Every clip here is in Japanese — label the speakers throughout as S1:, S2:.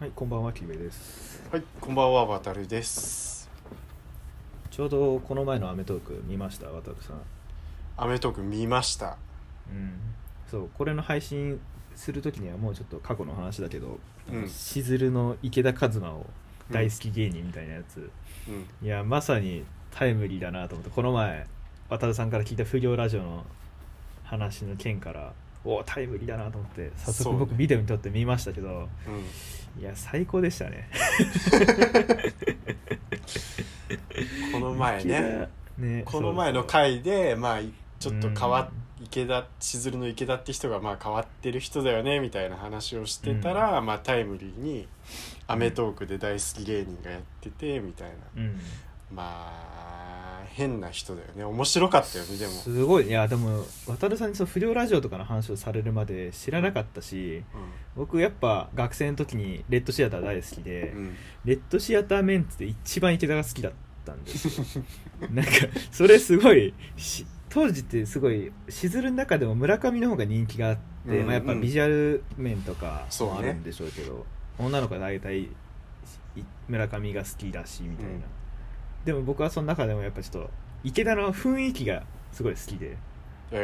S1: はい、こんばんは、キベです。
S2: はい、こんばんは、わたるです。
S1: ちょうどこの前のアメトーク見ました、渡辺さん。
S2: アメトーク見ました。
S1: うん。そう、これの配信するときにはもうちょっと過去の話だけど、
S2: うん
S1: しずるの池田和馬を大好き芸人みたいなやつ。
S2: うん、
S1: いや、まさにタイムリーだなと思って、この前、渡辺さんから聞いた不良ラジオの話の件から、おお、タイムリーだなと思って、早
S2: そう
S1: 速
S2: ね
S1: 僕ビデオに撮って見ましたけど、
S2: うん、
S1: いや、最高でしたね。
S2: この前ね、
S1: ね
S2: この前の
S1: そう
S2: 回で、まあ、いちょっと変わっ
S1: うん、
S2: 池田、しずるの池田って人が、まあ、変わってる人だよねみたいな話をしてたら、まあ、タイムリーに。アメトークで大好き芸人がやっててみたいな、
S1: うん
S2: まあ、変な人だよね、面白かったよね、でも。
S1: すごいいやでも渡るさんにその不良ラジオとかの話をされるまで知らなかったし僕やっぱ学生の時にレッドシアター大好き
S2: う
S1: で、
S2: ん、うん、
S1: レッドシアターメンツで一番池田が好きだったんですよ なんかそれすごいし当時ってすごいしずるの中でも村上の方が人気があって、
S2: うん
S1: まあ、やっぱ
S2: うん
S1: ビジュアル面とか
S2: そうね
S1: もあるんでしょうけど女の子は大体い村上が好きだしみたいな、
S2: うん
S1: でも僕はその中でもやっぱちょっと池田の雰囲気がすごい好きで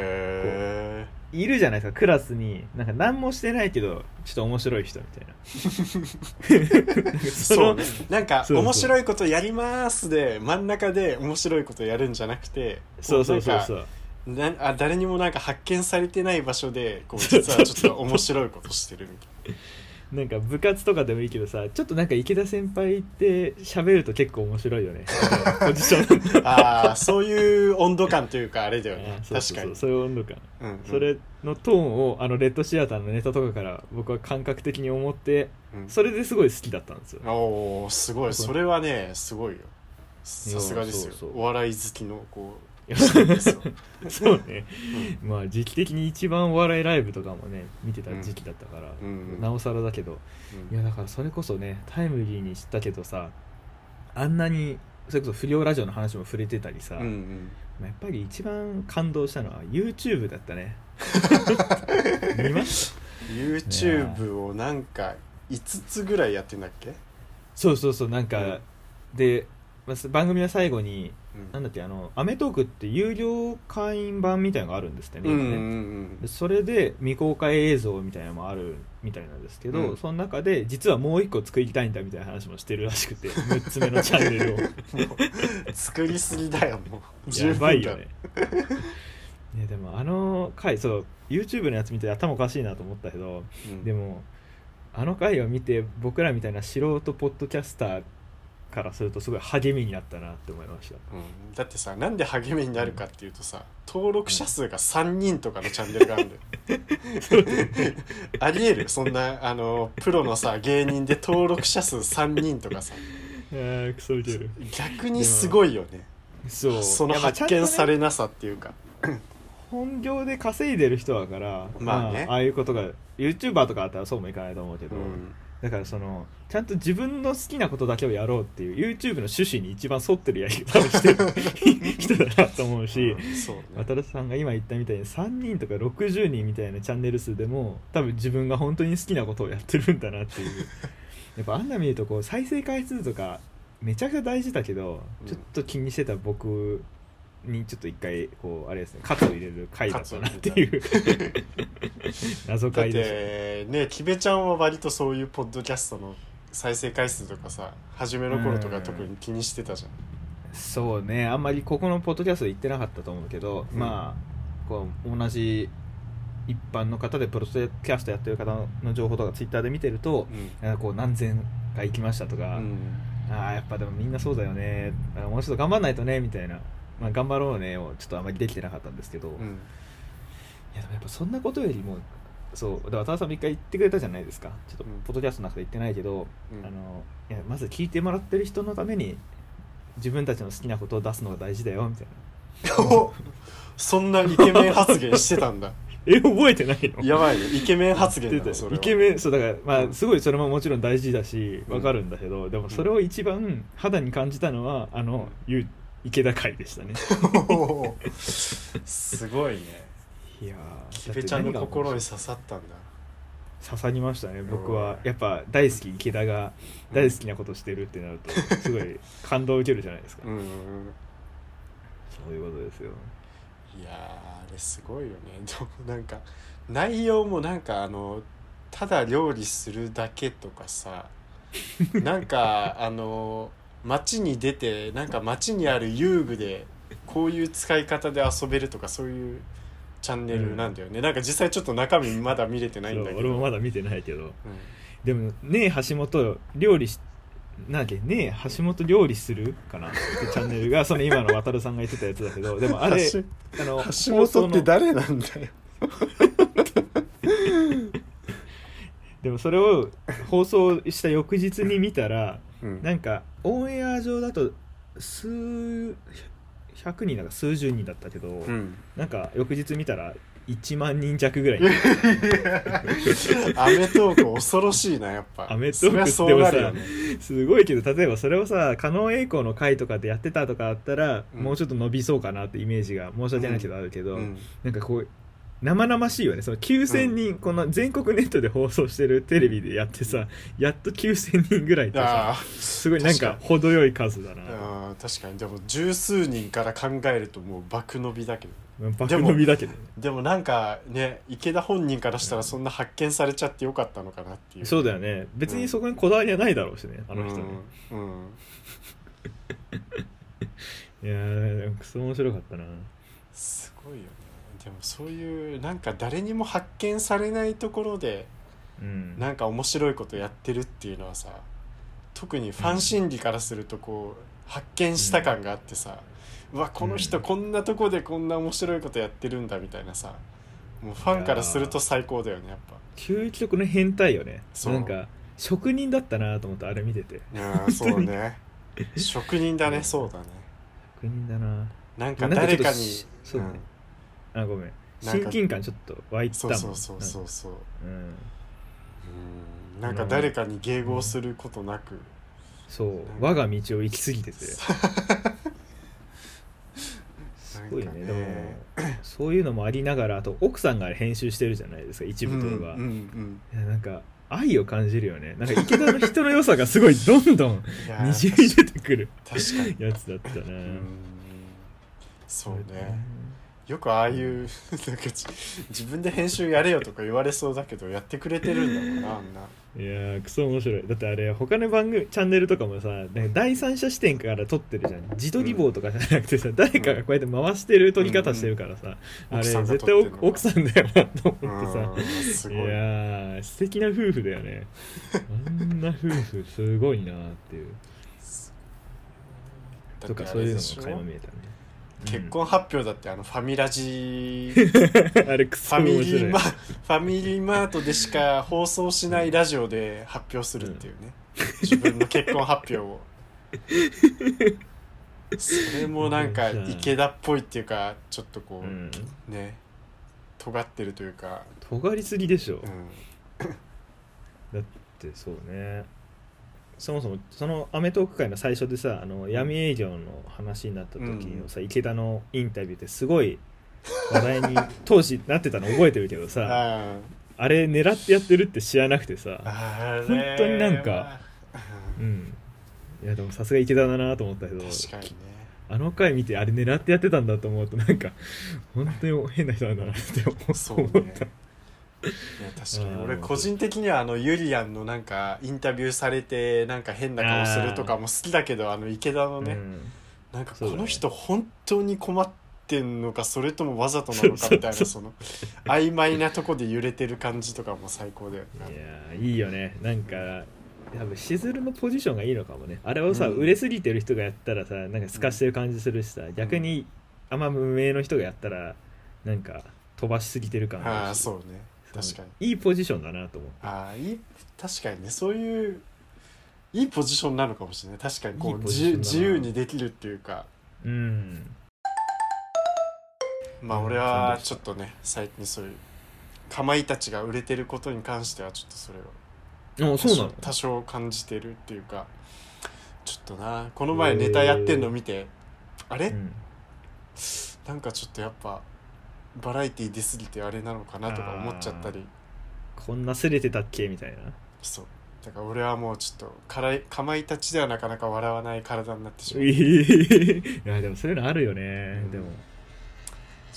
S2: え
S1: いるじゃないですかクラスになんか何もしてないけどちょっと面白い人みたいな なんか
S2: ー、
S1: そ
S2: そう
S1: の
S2: ねなんか
S1: そうそう
S2: 面白いことやりますで真ん中で面白いことやるんじゃなくて
S1: そうそうそうそうう
S2: なんかなあ誰にもなんか発見されてない場所でこう実はちょっと面白いことしてるみたい
S1: なんか部活とかでもいいけどさちょっとなんか池田先輩って喋ると結構面白いよ ねポジション
S2: なああそういう温度感というかあれだよね
S1: あそうそ
S2: 確
S1: う
S2: か
S1: そう
S2: に
S1: そういう温度感
S2: うんうん
S1: それのトーンをあのレッドシアターのネタとかから僕は感覚的に思って
S2: うん
S1: それですごい好きだったん ですよ
S2: おおすごいそれはねすごいよさすがですよ
S1: そうそう
S2: お笑い好きのこう人です よ
S1: そうね、まあ時期的に一番お笑いライブとかもね見てた時期だったから、
S2: うんうん
S1: なおさらだけど
S2: う
S1: い
S2: ん
S1: やだからそれこそねタイムリーに知ったけどさあんなにそれこそ不良ラジオの話も触れてたりさ、
S2: うんうん
S1: まあやっぱり一番感動したのは YouTube だった ね見ました
S2: YouTube をなんか5つぐらいやってんだっけ
S1: そうそうそうなんか、
S2: うん
S1: で、まあ番組の最後に
S2: うん
S1: なんだっけあの『アメトーク』って有料会員版みたいなのがあるんですってね
S2: うん
S1: 今
S2: う
S1: ね、
S2: んうん
S1: でそれで未公開映像みたいなのもあるみたいなんですけど、
S2: うん
S1: その中で実はもう一個作りたいんだみたいな話もしてるらしくて6つ目のチャンネ ルを
S2: もう作りすぎだよもう
S1: やばいよねねでもあの回そう YouTube のやつ見て頭おかしいなと思ったけどで
S2: でも
S1: もあの回を見て僕らみたいな素人ポッドキャスターからするとすごい励みになったなって 思いました
S2: だってさなんで励みになるかっていうとさ登録者数が3人とかのチャンネルがあるんだ よありえるそんなあのプロのさ芸人で登録者数3人とかさ
S1: あークソウケる
S2: 逆にすごいよね
S1: そう
S2: その
S1: いやまあ
S2: 発
S1: ちゃん
S2: 見
S1: とね
S2: されなさっていうか
S1: 本業で稼いでる人だから、
S2: まあね
S1: ああいうことが YouTuber とかだったらそうもいかないと思うけ
S2: う
S1: ど、
S2: ん
S1: だからそのちゃんと自分の好きなことだけをやろうっていう YouTube の趣旨に一番沿ってるやり方をして る人だなと思うし、
S2: うんそうね
S1: 渡さんが今言ったみたいに3人とか60人みたいなチャンネル数でも多分自分が本当に好きなことをやってるんだな っていうやっぱあんな見るとこう再生回数とかめちゃくちゃ大事だけど、
S2: うん
S1: ちょっと気にしてた僕にちょっと一回こうあれですねカツを入れる回だったなっていう 謎
S2: だっ
S1: 回でしたね
S2: てねきべちゃんは割とそういうポッドキャストの再生回数とかさ初めの頃とか特に気にしてたじゃん
S1: そうねあんまりここのポッドキャストで言ってなかったと思うけど、
S2: うん
S1: まあこう同じ一般の方でプロジェクトキャストやってる方の情報とかツイッターで見てると、
S2: うん
S1: あこう何千回行きましたとか、ああやっぱでもみんなそうだよねあもうちょっと頑張んないとねみたいな、まあ、頑張ろうねをちょっとあまりできてなかったんですけど、
S2: う
S1: い
S2: ん
S1: やでもやっぱそんなことよりもそうで渡辺さんも一回言ってくれたじゃないですかちょっと
S2: うん
S1: ポッドキャストの中で言ってないけど、
S2: うん
S1: あのいやまず聞いてもらってる人のために自分たちの好きなことを出すのが大事だよみたいな
S2: おそんなイケメン発言してたんだ
S1: え覚えてないの
S2: やばいねイケメン発言だ
S1: 出
S2: ね
S1: て
S2: それは
S1: イケメンそうだからまあすごいそれももちろん大事だしわかるんだけど、でもそれを一番肌に感じたのはあの、ゆ池田会でした ね
S2: おすごいね
S1: いやー
S2: きべちゃんの
S1: だって何が
S2: 心
S1: 面
S2: に刺さったんだ
S1: 刺さりましたね僕は
S2: うん
S1: やっぱ大好き池田が大好きなことしてるってなるとすごい感動を受けるじゃないですか
S2: うんうん
S1: そういうことですよ
S2: いやーあれすごいよね でもなんか内容もなんかあのただ料理するだけとかさ なんかあの街に出てなんか街にある遊具でこういう使い方で遊べるとかそういうチャンネルなんだよね、なんか実際ちょっと中身まだ見れてないん
S1: そ
S2: だ
S1: う
S2: け
S1: 俺
S2: ど、
S1: もまだ見てないけど
S2: うん
S1: でもねえ橋本料理しなんだっけねえ橋本料理するかなってチャンネルがその今の渡るさんが言ってたやつだけどでもあ れ
S2: 橋
S1: あの
S2: 橋本って
S1: 放送の
S2: 誰なんだよ
S1: でもそれを放送した翌日に見たら
S2: うん
S1: なんかオンエア上だと数100人だか数十人だったけど、
S2: うん
S1: なんか翌日見たら1万人弱ぐらい
S2: アメトーク恐ろしいなやっぱ
S1: アメトーク
S2: そりゃそうなるよね
S1: すごいけど例えばそれをさ狩野英孝の回とかでやってたとかあったら、
S2: うん
S1: もうちょっと伸びそうかなってイメージが申し訳ないけどあるけど、
S2: うん
S1: なんかこう生々しいよねその9000人、この全国ネットで放送してるテレビでやってさやっと9000人ぐらいってさ
S2: ああ
S1: すごいなんか程よい数だな
S2: あー確かにでも十数人から考えるともう爆伸びだけど
S1: バカ伸びだけどね
S2: でもなんかね池田本人からしたらそんな発見されちゃってよかったのかなっていう
S1: そう
S2: だ
S1: だよね別にそこにこだわりはないだろうしねあの人ね、
S2: うん、うん
S1: いやーでもクソ面白かったな
S2: すごいよねでもそういうなんか誰にも発見されないところで
S1: うん
S2: なんか面白いことやってるっていうのはさ特にファン心理からするとこう発見した感があってさ、うわこの人こんなとこでこんな面白いことやってるんだみたいなさもうファンからすると最高だよねやっぱ。
S1: 究極の変態よね
S2: そう
S1: なんか職人だったなと思ってあれ見てて
S2: ああそうね職人だねそうだね
S1: 職人だな
S2: なんか誰かに
S1: ちょっとそうねあごめん
S2: なん
S1: 親
S2: か
S1: 近感ちょっと湧いた
S2: そう
S1: もん
S2: そうそうそうそう
S1: うん
S2: うんなんか誰かに迎合することなく、
S1: そう我が道を行き過ぎててすごい
S2: なん
S1: ね
S2: かね
S1: でもそういうのもありながらあと奥さんが編集してるじゃないですか一部動画、
S2: うんうん
S1: いやなんか愛を感じるよねなんか池田の人の良さがすごいどんど ん
S2: うんいや
S1: にじ
S2: ー
S1: み出てくる
S2: 確 かに
S1: やつだったな、
S2: うんそうねよくああいう なんかじ自分で編集やれよとか言われそうだけどやってくれてるんだろうなあんない
S1: やークソ面白いだってあれ他の番組チャンネルとかもさなんか第三者視点から撮ってるじゃん自撮り棒とかじゃなくてさ、誰かがこうやって回してる撮り方してるからさ、
S2: うん
S1: あれ
S2: 奥さんが
S1: 絶
S2: 撮って
S1: 対
S2: るのか
S1: 奥奥さんだよなと
S2: う
S1: 思ってさ、
S2: んす
S1: い
S2: ごい
S1: やー素敵な夫婦だよ ねあんな夫婦すごいなーっていう
S2: だ
S1: と
S2: って
S1: か
S2: あ
S1: そう
S2: れ
S1: いう
S2: で
S1: の
S2: しょ
S1: も垣間見えたね
S2: 結婚発表だってあのファミラジ
S1: あれク
S2: フ
S1: ソ
S2: ァミ
S1: 面
S2: リー
S1: 白い
S2: マファミリーマートでしか放送しないラジオで発表するっていう ね、自分の結婚発表をそれもなんか
S1: うん
S2: 池田っぽいっていうかちょっとこ
S1: う
S2: う、
S1: ん
S2: ね尖ってるというか、
S1: 尖りすぎでしょ、
S2: う
S1: だってそうねそもそもその『アメトーク』会の最初でさあの闇営業の話になった時のさ、池田のインタビューってすごい話題に 当時なってたの覚えてるけど
S2: ん、
S1: さ
S2: あ
S1: あれ狙ってやってるって知らなくて
S2: ー
S1: さ、
S2: あれ
S1: 本当になんかう
S2: うん
S1: ん、いやでもさすが池田だなと思ったけど
S2: 確かにね
S1: あの回見てあれ狙ってやってたんだと思うとなんか本当に変な人なんだなって思う
S2: そうねいや確かに俺
S1: うん
S2: 個人的にはあのユリアンのなんかインタビューされてなんか変な顔するとかも好きだけどあの池田のね、
S1: うん
S2: なんかこ
S1: そうだね
S2: の人本当に困ってんのかそれともわざとなのかみたいな
S1: そうそう
S2: その曖昧なとこで揺れてる感じとかも最高だよ
S1: い
S2: ね。
S1: やーいいよねなんか多分しずるのポジションがいいのかもねあれをさ、
S2: うん
S1: 売れすぎてる人がやったらさなんか透かしてる感じするしさ、逆にあんま無名の人がやったらなんか飛ばしすぎてる感が
S2: ああ
S1: るし
S2: そうね確かに。
S1: いいポジションだなと思う
S2: ああいい確かにねそういういいポジションなのかもしれない確かにこ
S1: いういポジションだな
S2: 自由自由にできるっていうか
S1: うん
S2: まあ
S1: うん
S2: 俺
S1: 感
S2: は
S1: 動した
S2: ちょっとね最近そういうかまいたちが売れてることに関してはちょっとそれを
S1: あ
S2: 多
S1: そうな
S2: 少
S1: の
S2: 多少感じてるっていうかちょっとなこの前ネタやってんの見てあれ、
S1: うん
S2: なんかちょっとやっぱバラエティー出すぎてあれなのかなとか思っちゃったり
S1: こんなすれてたっけみたいな
S2: そうだから俺はもうちょっとからいかまいたちではなかなか笑わない体になってしま う
S1: いやでもそういうのあるよね、
S2: うん
S1: でも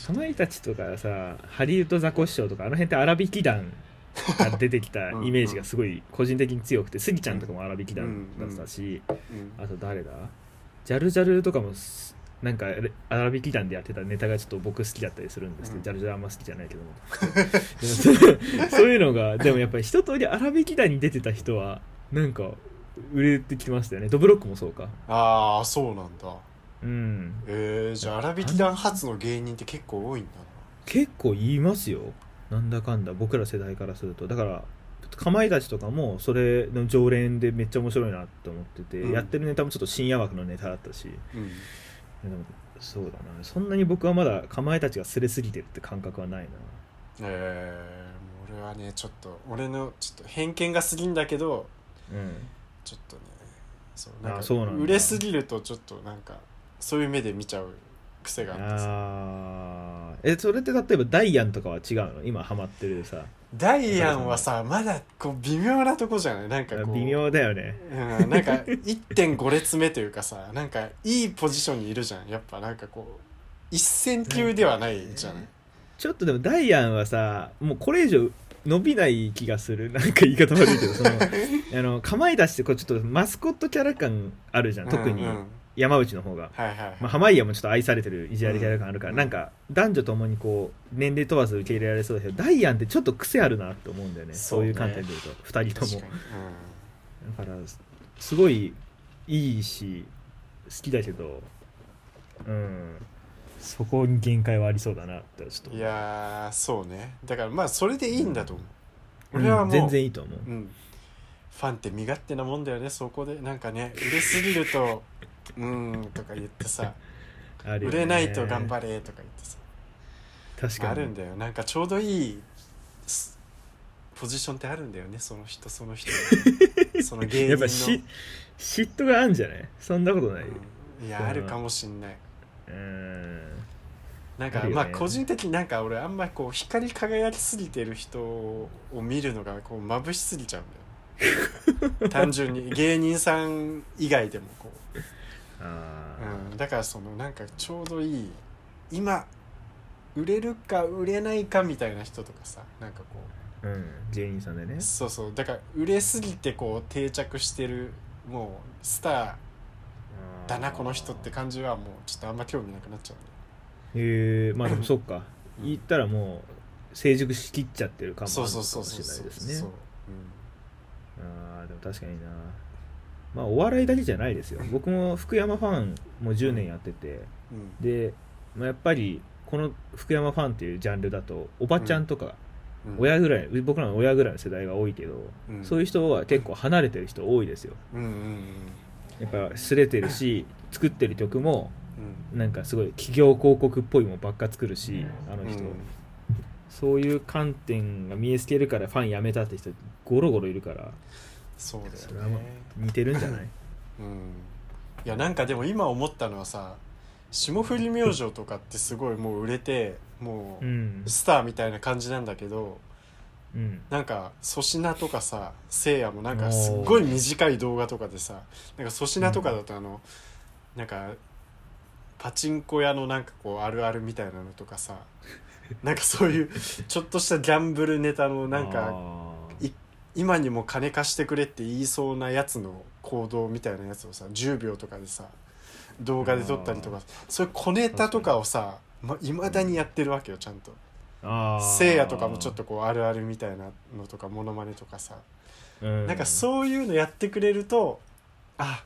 S1: かまいたちとかさハリウッドザコシショウとかあの辺って荒引き団が出て きたイメージがすごい個人的に強くてスギちゃんとかも荒引き団だったし、
S2: うん
S1: あと誰だジャルジャルとかもすなんかレ荒引き団でやってたネタがちょっと僕好きだったりするんですけど、
S2: うん
S1: ジャルジャルあんま好きじゃない けどもでもそうそういうのがでもやっぱり一通り荒引き団に出てた人はなんか売れてきましたよねドブロックもそうか
S2: ああそうなんだ
S1: うん
S2: えー、じゃあ荒引き団発の芸人って結構多いんだ
S1: 結構言いますよなんだかんだ僕ら世代からするとだからかまいたちとかもそれの常連でめっちゃ面白いなと思ってて、
S2: うん
S1: やってるネタもちょっと深夜枠のネタだったし
S2: なうん
S1: でもそうだなそんなに僕はまだかまいたちがすれすぎてるって感覚はないな
S2: えー、もう俺はねちょっと俺のちょっと偏見が過ぎんだけど
S1: うん
S2: ちょっとねそう
S1: あ
S2: なんか
S1: そうなんだ
S2: 売れすぎるとちょっとなんかそういう目で見ちゃう癖があってさ
S1: あーえそれって例えばダイアンとかは違うの今ハマってるさ
S2: ダイアンはさまだこう微妙なとこじゃないなんかこう
S1: 微妙だよね
S2: うんなんか1.5列目というかさなんかいいポジションにいるじゃんやっぱなんかこう一線級ではないじゃない、
S1: ちょっとでもダイアンはさもうこれ以上伸びない気がするなんか言い方悪いけ どそのあのかまいたちってこうちょっとマスコットキャラ感あるじゃん特に
S2: うんうん
S1: 山内の方が、
S2: はいはいはい、
S1: まあ、濱家もちょっと愛されてるいじられキャラ感あるから、
S2: うん
S1: なんか男女ともにこう年齢問わず受け入れられそうだけどダイアンってちょっと癖あるなって思うんだよね
S2: そ
S1: そうう
S2: ね
S1: いう観点で言うと2人と
S2: 確
S1: も
S2: かに、
S1: だからすごいいいし好きだけどうんそこに限界はありそうだなってちょっと
S2: うん、いやーそうねだからまあそれでいいんだと思う、
S1: うん
S2: 俺はもう、
S1: 全然いいと思う、
S2: うん、ファンって身勝手なもんだよねそこでなんかね売れすぎると「うーん」とか言ってさ「
S1: あるよ
S2: 売
S1: ね
S2: れないと頑張れ」とか言ってさ
S1: 確かに
S2: あるんだよなんかちょうどいいすポジションってあるんだよねその人その人 その芸人の
S1: やっぱし嫉妬があるんじゃないそんなことない
S2: うんいやあるかもしんないう
S1: ーん
S2: なんか、
S1: あるよ
S2: まあ
S1: ね
S2: 個人的になんか俺あんまこう光り輝きすぎてる人を見るのがこう眩しすぎちゃうん だよ単純に芸人さん以外でもこう、
S1: あ
S2: うん、だからそのなんかちょうどいい今売れるか売れないかみたいな人とかさなんかこ
S1: ーうん芸人さんでね
S2: うそうそうだから売れすぎてこう定着してるもうスターだなこの人って
S1: へ
S2: 感じはもうちょっとあんま興味なくなっちゃうんだよ
S1: えまあでもそっか言ったらもう成熟しきっちゃってるかもし
S2: そ
S1: れ
S2: う
S1: ない
S2: そう
S1: です
S2: そうそうそうそう
S1: ねああでも確かになまあお笑いだけじゃないですよ僕も福山ファンも10年やってて
S2: うんうん
S1: で、まあ、やっぱりこの福山ファンっていうジャンルだとおばちゃんとか
S2: うん
S1: 親ぐらい、僕らの親ぐらいの世代が多いけど、
S2: うん
S1: そういう人は結構離れてる人多いですよ
S2: うんうん
S1: やっぱすれてるし作ってる曲も
S2: うんうん
S1: なんかすごい企業広告っぽいもんばっか作るしあの人、
S2: う
S1: そういう観点が見え透けるからファン辞めたって人ゴロゴロいるから
S2: そうだ
S1: それ
S2: よ
S1: はもう
S2: ね
S1: 似てるんじゃない
S2: うんいやなんかでも今思ったのはさ霜降り明星とかってすごいもう売れても
S1: う、
S2: うんスターみたいな感じなんだけど
S1: うん、
S2: なんか粗品とかさせいやもなんかすっごい短い動画とかでさなんか粗品とかだとあの、なんかパチンコ屋のなんかこうあるあるみたいなのとかさなんかそういうちょっとしたギャンブルネタのなんか
S1: あー
S2: い今にも金貸してくれって言いそうなやつの行動みたいなやつをさ10秒とかでさ動画で撮ったりとかそういう小ネタとかをさいまだにやってるわけよちゃんと
S1: あー
S2: せいやとかもちょっとこうあるあるみたいなのとかモノマネとかさ
S1: う
S2: なんかそういうのやってくれるとあ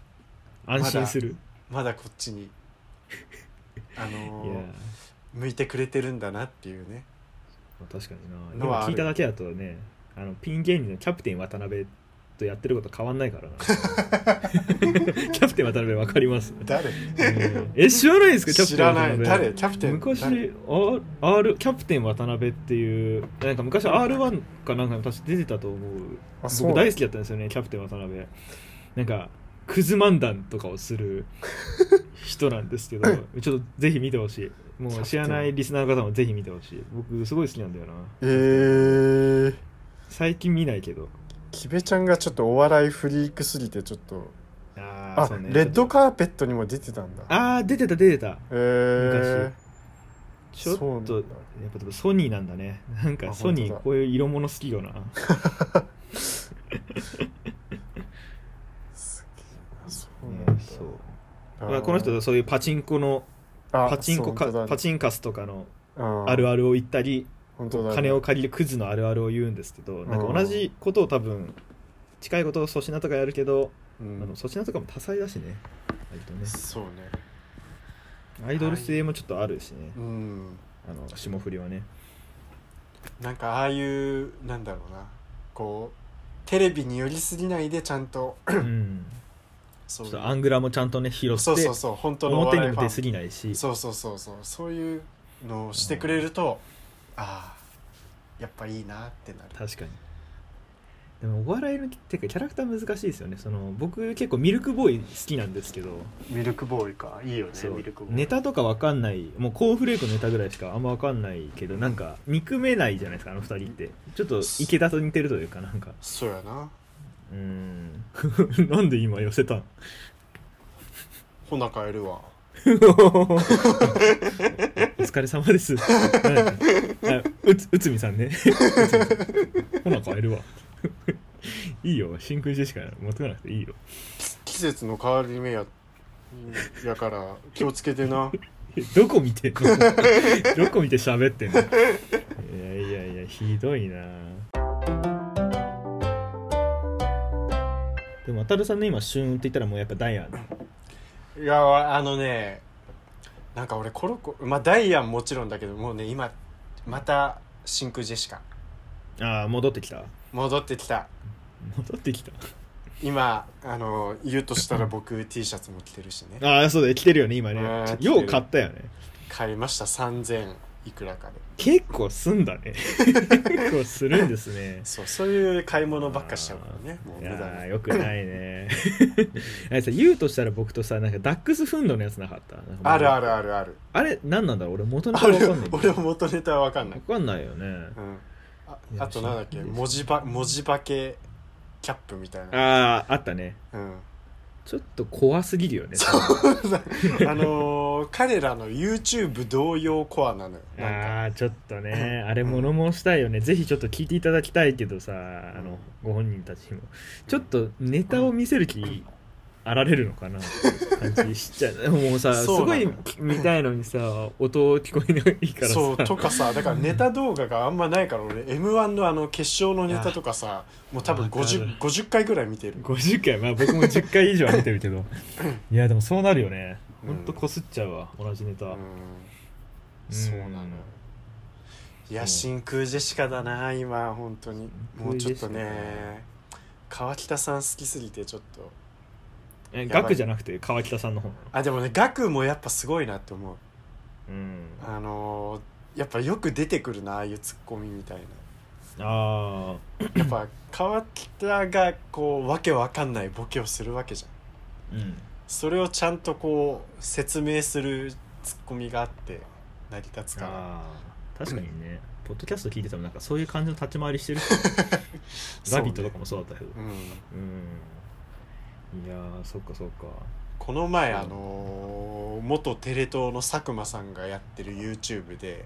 S1: 安心する、
S2: まだこっちにあの
S1: いや
S2: ー向いてくれてるんだなっていうね
S1: まあ確かにな
S2: のは
S1: 今
S2: ある
S1: 聞いただけだとねあのピン芸人のキャプテン渡辺とやってること変わんない からなキャプテン渡辺わかります
S2: 誰
S1: うんえ知らないですかキャプテン
S2: 知らな
S1: 渡
S2: い
S1: 辺
S2: 誰キャプテン
S1: 昔
S2: 誰
S1: R, R キャプテン渡辺っていうなんか昔 R1 かなんかに確か出てたと思う
S2: あそう
S1: 僕大好きだったんですよねキャプテン渡辺なんかクズ漫談とかをする 人なんですけどちょっとぜひ見てほしいもう知らないリスナーの方もぜひ見てほしい僕すごい好きなんだよな
S2: えー
S1: 最近見ないけど
S2: キベちゃんがちょっとお笑いフリークすぎてちょっと
S1: あー
S2: あ、
S1: そうね
S2: レッドカーペットにも出てたんだ
S1: あー出てた出てた
S2: へえ
S1: ちょっ
S2: そうなんだ
S1: とやっぱでもソニーなんだねなん
S2: あ
S1: かソニ
S2: 本当
S1: ー
S2: だ
S1: こういう色物好きよな
S2: すげえなそうなんだ
S1: ねそうまあ、この人そういうパチンコの
S2: あ
S1: パチンコ
S2: そう
S1: か
S2: 本当だ
S1: パチンカスとかの
S2: うん
S1: あるあるを言ったり
S2: 本当だね
S1: 金を借りるクズのあるあるを言うんですけどなんか同じことを多分近いことを粗品とかやるけどあ
S2: うん
S1: の粗品とかも多彩だしね割とね
S2: そうね
S1: アイドル性もちょっとあるしね
S2: うん
S1: あの霜降り はね
S2: なんかああいうなんだろうなこうテレビに寄りすぎないでちゃんと
S1: うんち
S2: そ
S1: ょ
S2: う
S1: っ
S2: いう
S1: とアングラもちゃんとね拾っ
S2: そう
S1: て
S2: そうそう本当のお
S1: 表に
S2: 笑
S1: も
S2: いフ
S1: 出
S2: ァ
S1: す
S2: ン
S1: ぎないし
S2: そうそうそうそうそういうのをしてくれると、ああやっぱいいなってなる
S1: 確かにでもお笑いのてかキャラクター難しいですよねその僕結構ミルクボーイ好きなんですけど
S2: ミルクボーイかいいよね
S1: そう
S2: ミルクボーイ
S1: ネタとかわかんないもうコーンフレークのネタぐらいしかあんまわかんないけどなんか憎めないじゃないですかあの二人ってちょっと池田と似てるというかなんか
S2: そうやな
S1: うーん なんで今寄せた ん
S2: ほな帰るわ
S1: お疲れ様です何あうつ内海さ んね内海さんほな帰るわいいよ真空ジェシカ持ってかなくていいよ
S2: 季節の変わり目ややから気をつけてな
S1: どこ見てんの どこ見て喋ってんのいやいやいやひどいなでも渡るさんね今旬って言ったらもうやっぱダイアン
S2: いやあのねなんか俺コロコまあダイアンもちろんだけどもうね今また真空ジェシカ
S1: ああ戻ってきた
S2: 戻ってきた
S1: 戻ってきた
S2: 今あの言うとしたら僕 T シャツも着てるしね
S1: ああそうだ着てるよね今
S2: あー
S1: ね
S2: 着てる
S1: よう買ったよね
S2: 買いました3000いくらかで
S1: 結構すんだね結構するんですね
S2: そうそういう買い物ばっかしちゃうからねもう
S1: い
S2: 無
S1: や
S2: 駄
S1: ー
S2: に
S1: よくないね あれさ言うとしたら僕とさなんかダックスフンドのやつなかったなんか
S2: あるあるあるある
S1: あれ何なんだろう俺元ネ
S2: あ
S1: タわかんない
S2: る俺も元ネタは分かんない
S1: わ、かんないよね
S2: うん、あ
S1: いや
S2: あとなんだっけ
S1: 真空ジェシカ
S2: 文字ば文字化けキャップみたいな
S1: あああったね
S2: うん
S1: ちょっと怖すぎるよね
S2: そうあのー彼らの YouTube 同様コアなのよなんか
S1: ああちょっとねあれ物申したいよねぜひちょっと聞いていただきたいけどさあのご本人たちにもちょっとネタを見せる気あられるのかなっていう感じし ちゃうもうさす
S2: そう
S1: ご
S2: なの
S1: い
S2: よ
S1: 見たいのにさ音聞こえないからさ
S2: そうとかさだからネタ動画があんまないから俺 m 1のあの決勝のネタとかさもう多分
S1: わかる
S2: 50, 50回ぐらい見てる
S1: 50回まあ僕も10回以上は見てるけ どいやでもそうなるよねほんとこすっちゃうわ同じネタ、
S2: うんそうなのよいや
S1: そう
S2: 真空ジェシカだな今本当に
S1: 真
S2: もう
S1: 空ジ
S2: ちょ
S1: ェ
S2: っ
S1: シカ
S2: とね川北さん好きすぎてちょっと
S1: え額じゃなくて川北さんの方
S2: あでもねガクもやっぱすごいなって思う
S1: うんあ
S2: あのーやっぱよく出てくるなああいうツッコミみたいな
S1: あ
S2: やっぱ川北がこうわけわかんないボケをするわけじゃん
S1: うん
S2: それをちゃんとこう説明するツッコミがあって成り立つから
S1: あー確かにねポッドキャスト聞いててもなんかそういう感じの立ち回りしてる 人「
S2: そう
S1: ラビ
S2: ね
S1: ット!」とかもそうだったけど
S2: うん
S1: うんいやーそっかそっか
S2: この前あのー元テレ東の佐久間さんがやってる YouTube で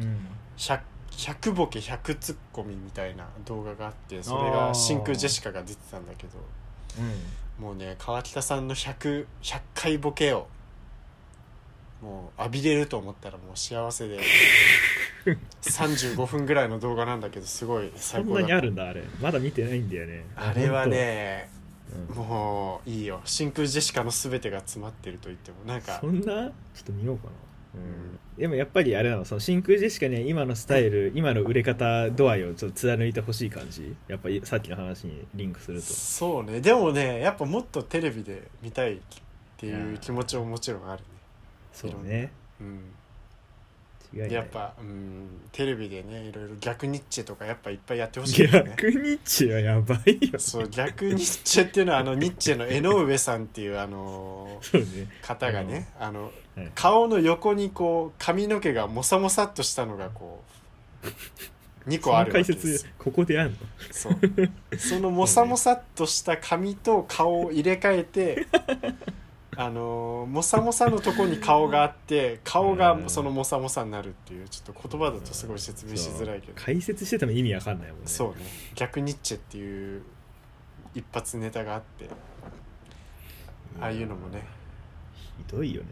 S1: うん
S2: 100 100ボケ100ツッコミみたいな動画があってそれが
S1: あー
S2: 真空ジェシカが出てたんだけどもうね川北さんの100100回ボケをもう浴びれると思ったらもう幸 せで35分ぐらいの動画なんだけどすごい
S1: そ
S2: 最
S1: ん
S2: 高
S1: な
S2: だっ
S1: に
S2: た
S1: あるんだあれまだ見てないんだよね
S2: あれはね
S1: 本当、うん
S2: もういいよ真空ジェシカの全てが詰まってると言ってもなんか
S1: そんなちょっと見ようかなでもやっぱりあれなのその真空ジェシカには今のスタイル今の売れ方度合いをちょっと貫いてほしい感じやっぱりさっきの話にリンクすると
S2: そうねでもねやっぱもっとテレビで見たいっていう気持ちももちろんあるね
S1: そうね
S2: うん
S1: 違いない
S2: やっぱうんテレビでねいろいろ逆ニッチェとかやっぱいっぱいやってほしいよね
S1: 逆にチはやばいよ
S2: そう逆ニッチェっていうのはあのニッチェの江上さんっていうあの
S1: そうね
S2: 方がねあの
S1: はい
S2: 顔の横にこう髪の毛がモサモサっとしたのがこう2
S1: そ
S2: 個あ
S1: の
S2: る
S1: 解
S2: わけです
S1: 説
S2: よ
S1: ここであんの
S2: そうそのもさもさっとした髪と顔を入れ替えてあのーもさもさのとこに顔があって顔がそのもさもさになるっていうちょっと言葉だとすごい説明しづらいけど
S1: 解説してても意味わかんないもんね
S2: そうね逆ニッチェっていう一発ネタがあってああいうのもね
S1: ひど いよね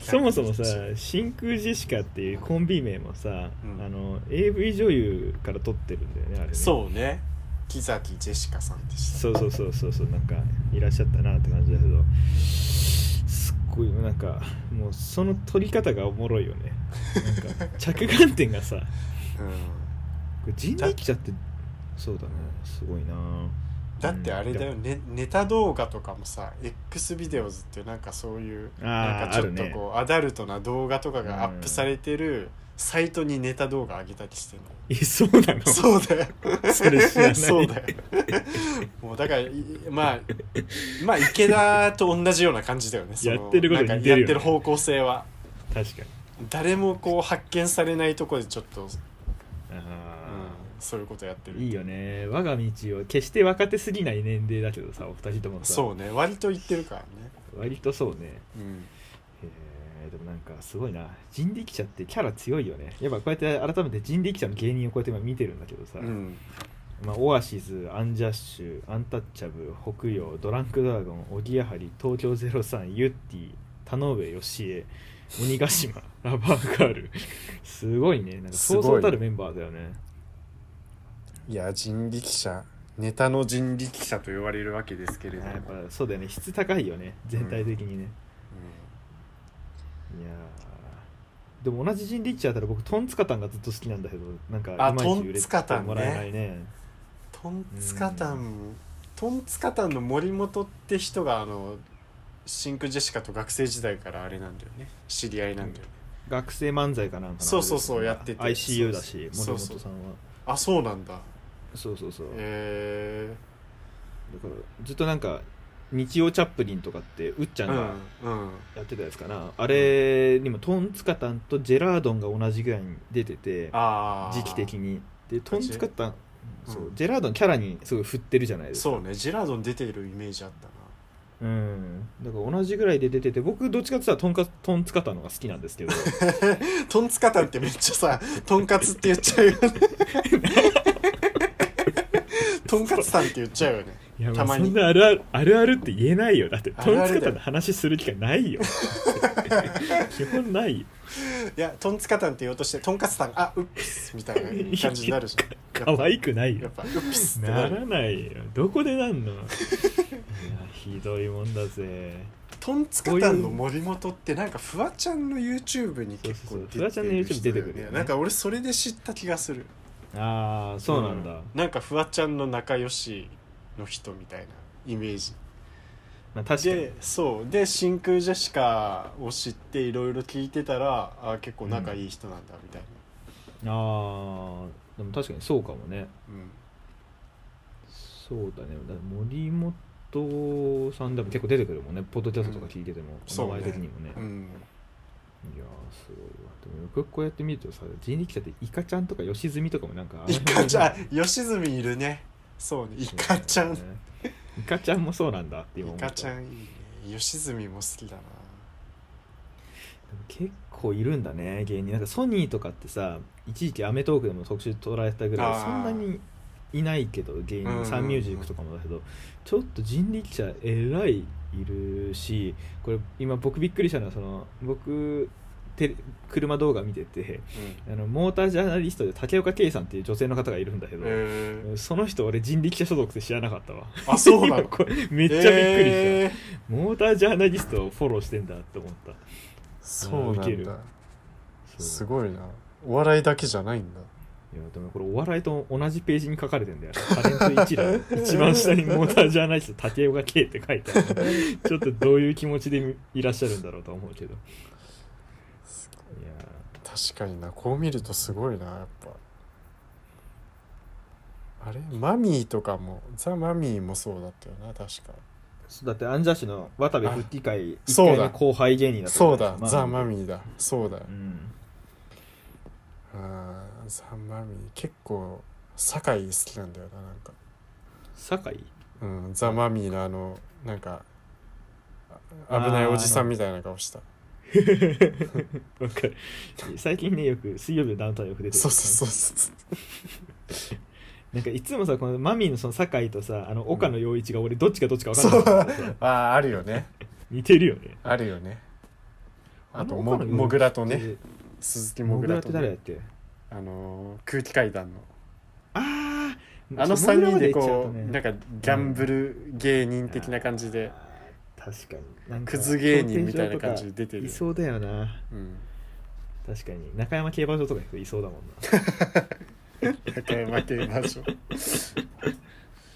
S1: そもそもさ真空ジェシカっていうコンビ名もさ、
S2: うん
S1: あの AV 女優から取ってるんだよねあれね
S2: そうね木崎ジェシカさんでした
S1: そうそうそうそうそうなんかいらっしゃったなって感じだけどすっごいなんかもうその撮り方がおもろいよねなんか 着眼点がさこ
S2: う
S1: れ
S2: ん
S1: 人力車ってそうだねすごいな
S2: だってあれだよ、ね、ネタ動画とかもさ X ビデオズってなんかそういう
S1: あー
S2: なんかちょっと
S1: ある
S2: こう、アダルトな動画とかがアップされてるサイトにネタ動画上げた りしてるの、
S1: えそうなの
S2: そうだよ
S1: それ知らない
S2: そうだよもうだからいまあまあ池田と同じような感じだよねその
S1: やってることに
S2: なん
S1: 似
S2: か
S1: てるよ
S2: や
S1: ね
S2: ってる方向性は
S1: 確かに
S2: 誰もこう発見されないところでちょっと、うん、
S1: あ
S2: そういうことやって
S1: ー
S2: る
S1: いいよね我が道を決して若手すぎない年齢だけどさお二人ともさ
S2: そうね割と言ってるからね
S1: 割とそうね
S2: うん
S1: へーでもなんかすごいな人力車ってキャラ強いよねやっぱこうやって改めて人力車の芸人をこうやって今見てるんだけどさ、
S2: うん
S1: まあ、オアシズアンジャッシュアンタッチャブル北洋ドランクドラゴンおぎやはり東京03ユッティ田上義恵鬼ヶ 島ラバーガールすごいねなんか
S2: す
S1: そ
S2: ご
S1: う
S2: い
S1: そうたるメンバーだよね
S2: いや人力車ネタの人力車と呼ばれるわけですけれども、
S1: やっぱそうだよね質高いよね全体的にね、いやーでも同じ人力車だったら僕トンツカタンがずっと好きなんだけどなんか
S2: あ
S1: いまいち売れてもらえないね
S2: トンツカタン、トンツカタンの森本って人があのシンクジェシカと学生時代からあれなんだよね知り合いなんだよね、
S1: 学生漫才かなんかの
S2: そうそうそうやってて
S1: ICU だし森
S2: そう
S1: 本
S2: そう
S1: さんは
S2: あそうなんだ
S1: そうそうそう
S2: え
S1: だからずっとなんか日曜チャップリンとかってうっち
S2: え
S1: ゃんが
S2: うんうん
S1: やってたやつかな、あれにもトンツカタンとジェラードンが同じぐらいに出てて
S2: ああ
S1: 時期的にでトンツカタン
S2: うん
S1: そうジェラードンキャラにすごい振ってるじゃないですか
S2: そうねジェラードン出てるイメージあったな
S1: うんだから同じぐらいで出てて僕どっちかって言ったらトンカトンツカタンの方が好きなんです けど
S2: トンツカタンってめっちゃさ、トンカツって言っちゃう よね。トンカツさんって言っちゃうよね。
S1: いや
S2: たまに
S1: そんなあるあるあるあるって言えないよだって
S2: あ
S1: ト
S2: るあ
S1: ン
S2: るだよ
S1: ツカタンの話する機会ない よ基本ないよ
S2: いや、トンツカタンって言おうとして、トンカツさん、あ、うっすみたいな感じになるじゃん。
S1: 可愛くないよ
S2: やっぱ、やっぱうっすってな
S1: な
S2: る。
S1: らないよどこでなんの いやひどいもんだぜ
S2: トンツカタンの森本って、なんかフワちゃんの YouTube に結構
S1: そうそうそう
S2: 出てる人だよね
S1: フワちゃんの YouTube 出てくるよね
S2: なんか俺それで知った気がする。
S1: ああそうなんだ、
S2: なんかフワちゃんの仲良しの人みたいなイメージ。
S1: まあ、確かに
S2: でそうで真空ジェシカを知っていろいろ聞いてたらあ結構仲いい人なんだみたいな、
S1: ああでも確かにそうかもね
S2: うん
S1: そうだねだから森本さんでも結構出てくるもんねポッドキャストとか聞いてても、
S2: そうね
S1: お名前的にもね、
S2: う
S1: い
S2: ん、
S1: やーすごいわでもよくよくこうやって見るとさ人力車ってイカちゃんとか吉住とかもなんか
S2: イカちゃん
S1: ん
S2: あ吉住いるねそうねイカちゃん、
S1: イカちゃんもそうなんだって
S2: イ
S1: 今思った
S2: カちゃんいいね吉住も好きだな
S1: 結構いるんだね芸人なんかソニーとかってさ一時期『アメトーーク』でも特集取られてたぐら
S2: あ
S1: い
S2: ー
S1: そんなにいないけど芸
S2: うんうんう
S1: 人
S2: ん
S1: サンミュージックとかもだけどちょっと人力車えらいいるしこれ今僕びっくりしたのはその僕テレ車動画見ててあのモータージャーナリストで竹岡圭さんっていう女性の方がいるんだけ
S2: うん
S1: ど、
S2: えー
S1: その人俺人力車所属って知らなかったわ
S2: あそうな の
S1: これめっちゃびっくりした、
S2: えー
S1: モータージャーナリストをフォローしてんだって思った
S2: そう
S1: ウ
S2: な
S1: ケ
S2: ん
S1: る
S2: だ
S1: そう
S2: すごいなお笑いだけじゃないんだ
S1: いやでもこれお笑いと同じページに書かれてんだよタレント一覧一番下にモータージャーナリスト竹岡圭って書いてあるちょっとどういう気持ちでいらっしゃるんだろうとは思うけどいや
S2: 確かになこう見るとすごいなやっぱあれマミーとかもザ・マミーもそうだったよな確か
S1: ーだってアンジャッシュの渡部復帰会
S2: そうだ
S1: 一回目後輩芸人だった
S2: そうだ、
S1: まあ
S2: ザ・マミーだそうだよ、
S1: うん
S2: ああサンマミー結構酒井好きなんだよななんか、
S1: 酒井
S2: うん、ザ・マミーのあのなんかあ危ないおじさんみたいな顔した
S1: わかる 最近ねよく水曜日のダウンタウンよく出てる
S2: そうそうそうそう
S1: なんかいつもさこのマミーのその酒井とさあの岡野陽一が俺どっちがどっちか分かんないからさ、
S2: あああるよね
S1: 似てるよね
S2: あるよねあと
S1: の
S2: も
S1: 岡野陽一
S2: もぐらとね
S1: え
S2: 鈴木
S1: ー
S2: も
S1: モ
S2: ぐ
S1: グラ
S2: ら
S1: って
S2: とね、
S1: 誰だっけ
S2: あのー空気階段の
S1: ああ
S2: あの3人でこうなんかギャンブル芸人的な感じで、
S1: 確かになんか
S2: クズ芸人みたいな感じで出てる
S1: いそうだよな
S2: うん、
S1: 確かに中山競馬場とか行くといそうだもんな
S2: 高山競馬場う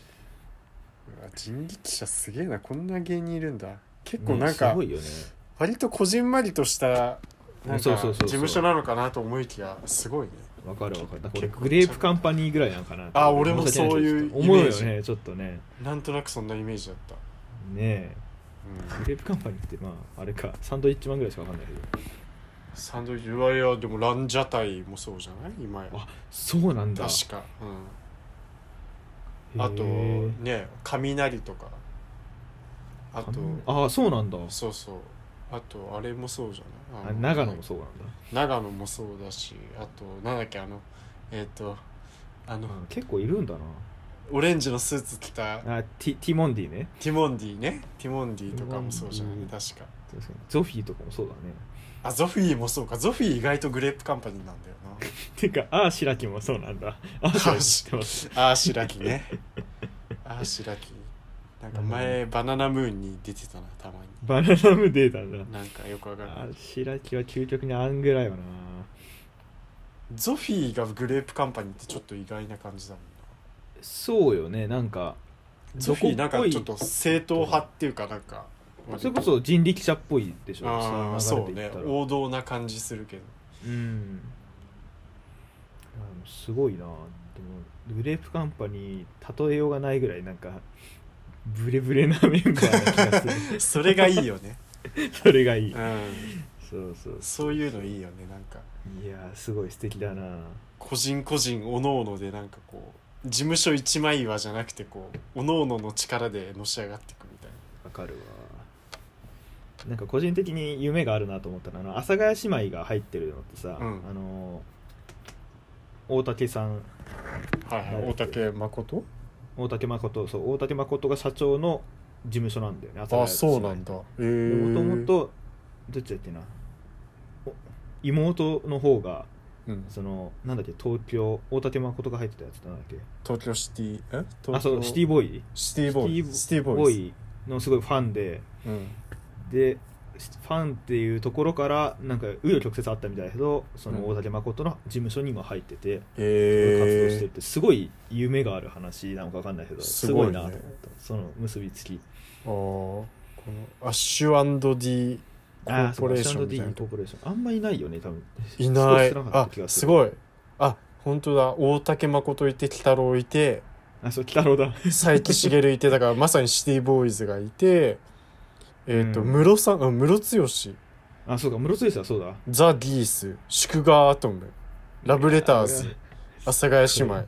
S2: わ人力車すげえなこんな芸人いるんだ結構なん
S1: ね
S2: か
S1: すごいよね
S2: 割とこじんまりとしたなんか
S1: そうそうそう
S2: 事
S1: そう
S2: 務所なのかなと思いきやすごいね
S1: わかるわかるだから俺
S2: 結構
S1: グレープカンパニーぐらいなんかな
S2: あ俺もそうい
S1: 申
S2: う
S1: し訳ないけ
S2: イメー
S1: ど
S2: ジ
S1: 思うよねちょっとね
S2: なんとなくそんなイメージだった、
S1: ねえ
S2: うん
S1: グレープカンパニーってまああれかサンドイッチマンぐらいしかわかんないけど
S2: サンドイッチはいやでもランジャタイもそうじゃない今や
S1: あそうなんだ
S2: 確か、うん、あと
S1: へえ
S2: ね雷とかあと
S1: ああそうなんだ
S2: そうそうあとあれもそうじゃない
S1: あ
S2: あの
S1: 長野もそうなんだ
S2: 長野もそうだしあとなんだっけあのえっ、とあの
S1: うん結構いるんだ
S2: オレンジのスーツ着た
S1: なあティティモンディね
S2: ティモンディねティモンディとかもそうじゃない
S1: ティモンデ
S2: 確か
S1: 確かにゾフィーとかもそうだね
S2: あゾフィーもそうかゾフィー意外とグレープカンパニーなんだよ
S1: ていうかああ白木もそうなん だあ あ白木知ってます
S2: なあー白木ねあー白木なんか前バナナムーンに出てたなたま
S1: バナナムデータだ
S2: になんかよくわかんない
S1: ああ白木は究極にあんぐらいよな
S2: ゾフィーがグレープカンパニーってちょっと意外な感じだもんな
S1: そうよねなんか
S2: ゾフィー
S1: ど
S2: な
S1: こ
S2: んか
S1: っぽい
S2: ちょっと正統派っていうかなんか
S1: それこそ人力車っぽいでしょ
S2: ああ
S1: その
S2: そう
S1: 流れで言
S2: ね
S1: ったら
S2: 王道な感じするけど
S1: うんあのすごいなでもグレープカンパニー例えようがないぐらいなんかブレブレなメンバーな気がす る
S2: それがいいよね、
S1: それがいい
S2: うん、
S1: そうそう
S2: そういうのいいよねなんか
S1: いやーすごい素敵だな
S2: 個人個人おのおのでなんかこう事務所一枚岩じゃなくてこうおのおのの力でのし上がっていくみたい
S1: わかるわなんか個人的に夢があるなと思ったのはあの阿佐ヶ谷姉妹が入ってるのってさ、
S2: うん
S1: あのー大竹さん
S2: なはいはい
S1: はい
S2: 大竹誠
S1: 大竹誠そう大竹誠が社長の事務所なんだよね阿
S2: あ
S1: 佐ヶ
S2: そう
S1: 谷姉妹
S2: なんだええ
S1: でもとも
S2: ー、
S1: とどっちだっけなお妹の方が
S2: うん、
S1: そのなんだっけ東京大竹誠が入ってたやつなんだっけ
S2: 東京シティえ東京
S1: あそうシティボーイ
S2: シティボーイシティボーイ
S1: イのすごいファンで
S2: うん
S1: でファンっていうところからなんか紆余曲折あったみたいだけどその大竹誠の事務所に今入ってて、活動してるっ
S2: え
S1: てすごい夢がある話なのか分かんないけど
S2: す
S1: す
S2: ご
S1: ご
S2: い
S1: い
S2: ね
S1: なと思った、その結びつき
S2: ー、あーこのアッシュ &D コ
S1: あ
S2: ー
S1: あそ
S2: ポ
S1: うア
S2: レー
S1: シ
S2: ショ
S1: ャン
S2: ン
S1: ド
S2: みた
S1: D
S2: いな
S1: コーポレーションあんまいないよね多分
S2: いない
S1: 少なかった
S2: あ
S1: 気がする
S2: すごいあ本当だ大竹誠いて鬼太郎 いて
S1: あそう鬼太郎だ
S2: 佐伯茂いてだからまさにシティボーイズがいてえっ、と、
S1: うん
S2: ムロさんあムロツヨシ
S1: あそうか室津さんそうだ
S2: ザ・ギース祝賀アトムラブレターズ阿佐ヶ谷姉妹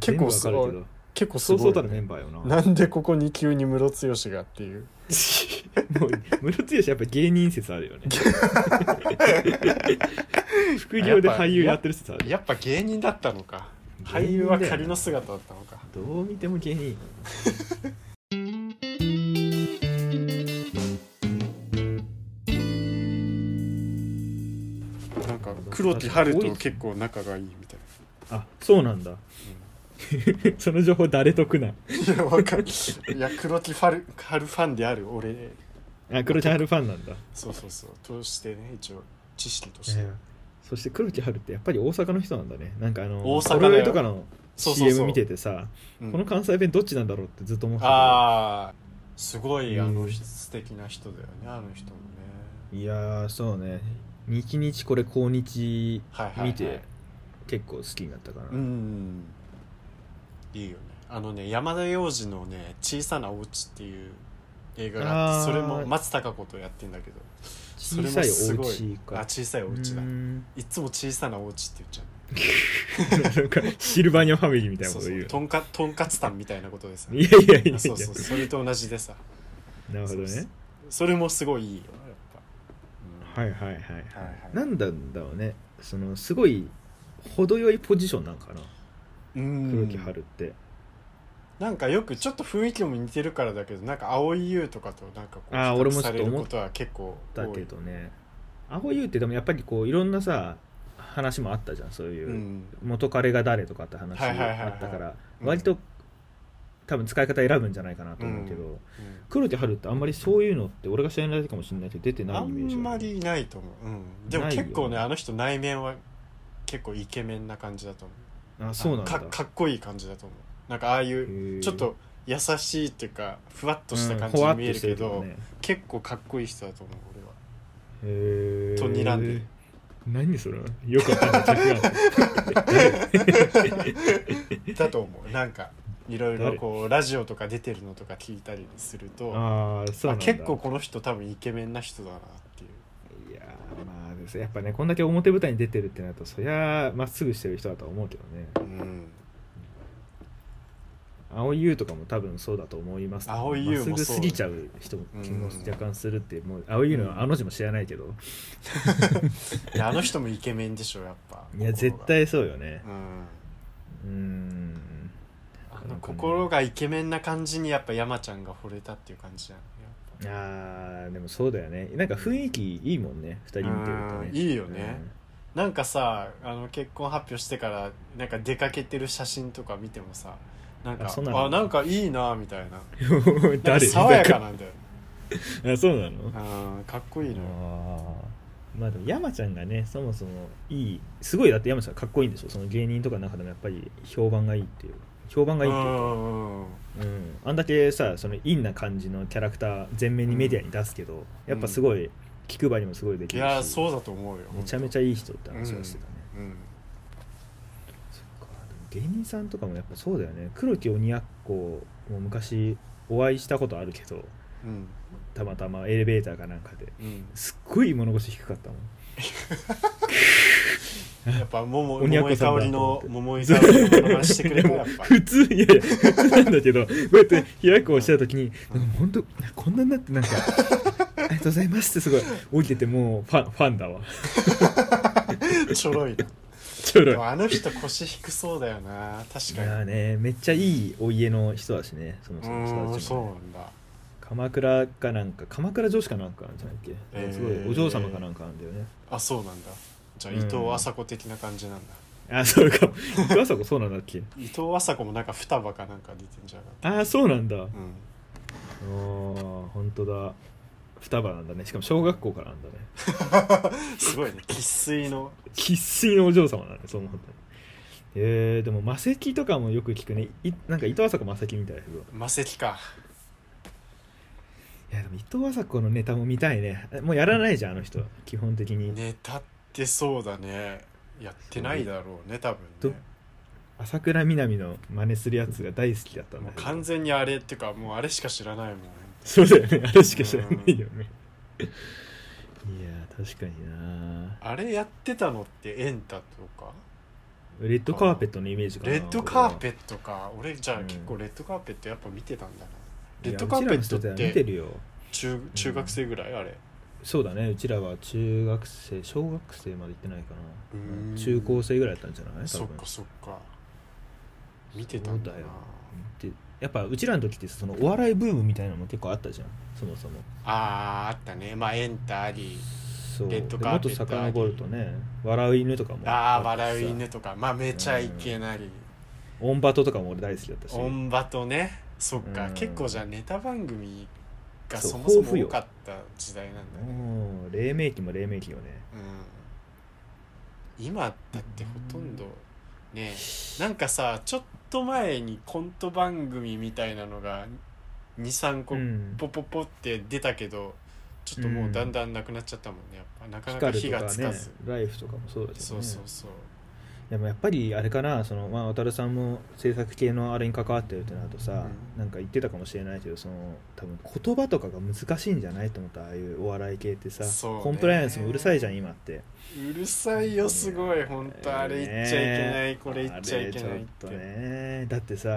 S2: 結構すごい
S1: い
S2: 結構す
S1: そう
S2: ご
S1: そう
S2: い
S1: た
S2: ね、
S1: るメンバーよな
S2: なんでここに急にムロツヨシがっていう
S1: もう室津吉やっぱ芸人説あるよ ね副業で俳優やってる説ある
S2: やっぱ芸人だったのか
S1: 芸人だよね
S2: 俳優は仮の姿だったのか
S1: どう見ても芸人
S2: なんか黒木春と結構仲がいいみたい
S1: あそうなんだ その情報誰得ない
S2: やわかるい や黒木ファル春ファンである俺
S1: あ黒木春ファンなんだ
S2: そうそうそうとしてね一応知識として、
S1: そして黒木春ってやっぱり大阪の人なんだねなんかあの
S2: 大阪だよ
S1: オロエとかの
S2: そうそうそう
S1: CM 見ててさ
S2: うん
S1: この関西弁どっちなんだろうってずっと思ってた
S2: ああすごいあの
S1: うん
S2: 素敵な人だよねあの人もね
S1: けどいやーそうね日日これ高日
S2: はいはい、はい、
S1: 見て結構好きになったかな、
S2: うんいいよねあのね山田洋次のね「小さなお家っていう映画があ
S1: あー
S2: ってそれも松たか子とやってんだけど
S1: 小
S2: それ
S1: さ
S2: も
S1: い
S2: す
S1: お
S2: ご
S1: 家
S2: いあ
S1: か
S2: 小さいお家だ
S1: うーん
S2: いつも小さなお家って言っちゃう
S1: なんかシルバニアファミリーみたいな
S2: そ
S1: こ
S2: う
S1: と
S2: そ
S1: 言う
S2: うとんかとんかつたんみたいなことでさ
S1: いやいやいやいや
S2: あそうそうそれと同じでさ
S1: なるほど
S2: そう
S1: ね
S2: それもすごいいいよやっぱ、
S1: はいはいはい、
S2: はいはい
S1: なんだだろうねそのすごい程よいポジションなんかな
S2: うん
S1: 黒木春って、
S2: なんかよくちょっと雰囲気も似てるからだけどなんか蒼井優とかとなんかこう
S1: あー俺もちょ
S2: さ
S1: っ
S2: れ
S1: と
S2: る
S1: 思
S2: こ
S1: っ
S2: とは結構多
S1: だ
S2: い
S1: けどね青優ってでもやっぱりこういろんなさ話もあったじゃんそういう、
S2: うん、
S1: 元彼が誰とかって話
S2: はいはいはいはい
S1: あったから
S2: うん
S1: 割と多分使い方選ぶんじゃないかなと思うけど、
S2: う
S1: 黒木春ってあんまりそういうのって俺が知らないだけかもしれないけど出て
S2: うん
S1: な
S2: あ
S1: いイメージ
S2: ん
S1: が
S2: ま
S1: ある
S2: りいないと思う、うん、でも
S1: ないよ
S2: 結構ねあの人内面は結構イケメンな感じだと思う
S1: あそうなんだ
S2: かかっこいい感じだと思うなんかああいう
S1: へえ
S2: ちょっと優しいっていうかふわっとした感
S1: うん
S2: じ
S1: ほわ
S2: に
S1: っと
S2: 見えるけど、
S1: してる
S2: 結構かっこいい人だと思う俺は
S1: けどねへえ
S2: と睨んでる
S1: 何それよくわかんない着眼
S2: だと思うなんかいろいろこうラジオとか出てるのとか聞いたりすると
S1: ああそう
S2: あ
S1: なんだ
S2: 結構この人多分イケメンな人だなっていう
S1: いやーまあですやっぱねこんだけ表舞台に出てるってなるとそりゃまっすぐしてる人だとは思うけどね
S2: うん
S1: 蒼井優とかも多分そうだと思いますけど
S2: 蒼井優も
S1: まっす
S2: そう
S1: ぐ過ぎちゃう人も気も若干するっていうもう蒼井優のあの字も知らないけど、
S2: いやあの人もイケメンでしょやっぱ
S1: いや絶
S2: 心が
S1: 対そうよね
S2: うん
S1: うーん
S2: あの心がイケメンな感じにやっぱ山ちゃんが惚れたっていう感じじゃん
S1: あーでもそうだよねなんか雰囲気いいもんね2人見てるとね
S2: うんいいよねなんかさあの結婚発表してからなんか出かけてる写真とか見てもさなんか
S1: あそうなの
S2: あなんかいいなみたいな
S1: うん
S2: なんか
S1: 誰
S2: 爽やかなんだよ、
S1: あそうなの
S2: うん、かっこいいのよ
S1: あーまあでも山ちゃんがねそもそもいいすごいだって山ちゃんかっこいいんでしょその芸人とかの中でもやっぱり評判がいいっていう評判がいいっていうか
S2: うんうんう
S1: う
S2: ん
S1: ん、あんだけさその陰な感じのキャラクター全面にメディアに出すけど、やっぱすごい気配りもすごいでき
S2: い
S1: るし
S2: やそうだと思うよ
S1: めちゃめち
S2: ゃ
S1: ゃいい人って話はしてたね、
S2: うん
S1: そっかでも芸人さんとかもやっぱそうだよね黒木鬼奴も昔お会いしたことあるけど
S2: うん
S1: たまたまエレベーターかなんかで
S2: うん
S1: すっごい物腰低かったもん
S2: やっぱ 桃
S1: 鬼奴
S2: 桃井
S1: さ
S2: 香
S1: んだ
S2: り
S1: と思っ
S2: の
S1: て
S2: 桃井香りの物ましてく
S1: で
S2: れた
S1: も
S2: やっぱ
S1: 普通いやいや普通なんだけどこうやって開くをした時に
S2: うん
S1: 本当こんなになってなんかありがとうございますってすごい降りててもうファンファンだわ
S2: ちょ ろいな
S1: ちょろ
S2: で
S1: い
S2: もあの人腰低そうだよな確
S1: い
S2: かに
S1: やーねめっちゃいいお家の人だしねそも
S2: う
S1: そも人たちも
S2: ー
S1: ね
S2: んそうなんだ
S1: 鎌倉かなんか鎌倉女子かなんかなんじゃないっけ、
S2: えー
S1: すごいお嬢様かなんかなんだよね
S2: あそうなんだじゃあ
S1: う
S2: 伊
S1: ん
S2: 藤麻子的な感じなんだ
S1: あそうかも伊藤麻子そうなんだっけ
S2: 伊藤麻子もなんか双葉かなんか出てんじゃなかっ
S1: ああそうなんだあ
S2: たうん
S1: あ本当だ双葉なんだねしかも小学校からなんだね
S2: すごいね生粋の
S1: 生粋のお嬢様なんだねそう思ったえー、でも魔石とかもよく聞くねいなんか伊藤麻子魔石みたいだけど
S2: 魔石か
S1: いやでも伊藤麻子のネタも見たいねもうやらないじゃんあの人基本的に、
S2: ネタってそうだねやってないだろうね多分
S1: ど
S2: ね
S1: 朝倉みなみの真似するやつが大好きだったん
S2: も
S1: だ
S2: う
S1: けど
S2: 完全にあれっていうかもうあれしか知らないもん
S1: そうだよねあれしか知らないよねいやー確かにな
S2: あれやってたのってエンタとか
S1: レッドカーペットのイメージかな
S2: レッドカー
S1: ッ
S2: ペットか俺じゃあ
S1: うん
S2: 結構レッドカーペットやっぱ見てたんだなレッドカーペットっ
S1: 見て
S2: て
S1: るよ
S2: 中中学生ぐらいあれ
S1: そうだねうちらは中学生小学生まで行ってないか
S2: うーん
S1: な中高生ぐらいだったんじゃない多
S2: そっ
S1: 分
S2: かそっか見てたんだな
S1: そうだよでやっぱうちらの時ってそのお笑いブームみたいなのも結構あったじゃんそもそも
S2: あーあったねまあエンタあり
S1: そう
S2: レッドカーペット
S1: でもっと遡るとね笑う犬とかも
S2: ああ
S1: ったしさ
S2: 笑う犬とかまあめちゃいけなり
S1: オンバトとかも俺大好きだったし
S2: オンバとねそっ
S1: う
S2: か
S1: ん
S2: 結構じゃあネタ番組が
S1: そう
S2: そもそ
S1: 豊富
S2: も
S1: よ
S2: 多かった時代なんだね
S1: もう黎明期も黎明期よね
S2: うん今だってほとんどねなんかさちょっと前にコント番組みたいなのが23個
S1: うん
S2: ポポポって出たけどちょっともうだんだんなくなっちゃったもんねやっぱなかなか
S1: 光
S2: 火
S1: とか
S2: がつ
S1: ね
S2: かず、
S1: ライフとかもそうだけど、ね、
S2: そうそうそう
S1: でもやっぱりあれかなその、まあ、渡るさんも制作系のあれに関わってるってなるとさ、
S2: う
S1: なんか言ってたかもしれないけどその多分言葉とかが難しいんじゃないと思ったああいうお笑い系ってさ、
S2: そうね
S1: コンプライアンスもうるさいじゃん今って
S2: うるさいよすごい本当あれ言っちゃいけないこれ言っちゃいけな
S1: あ
S2: い
S1: れ
S2: っ
S1: ちょ
S2: て
S1: っとねだってさ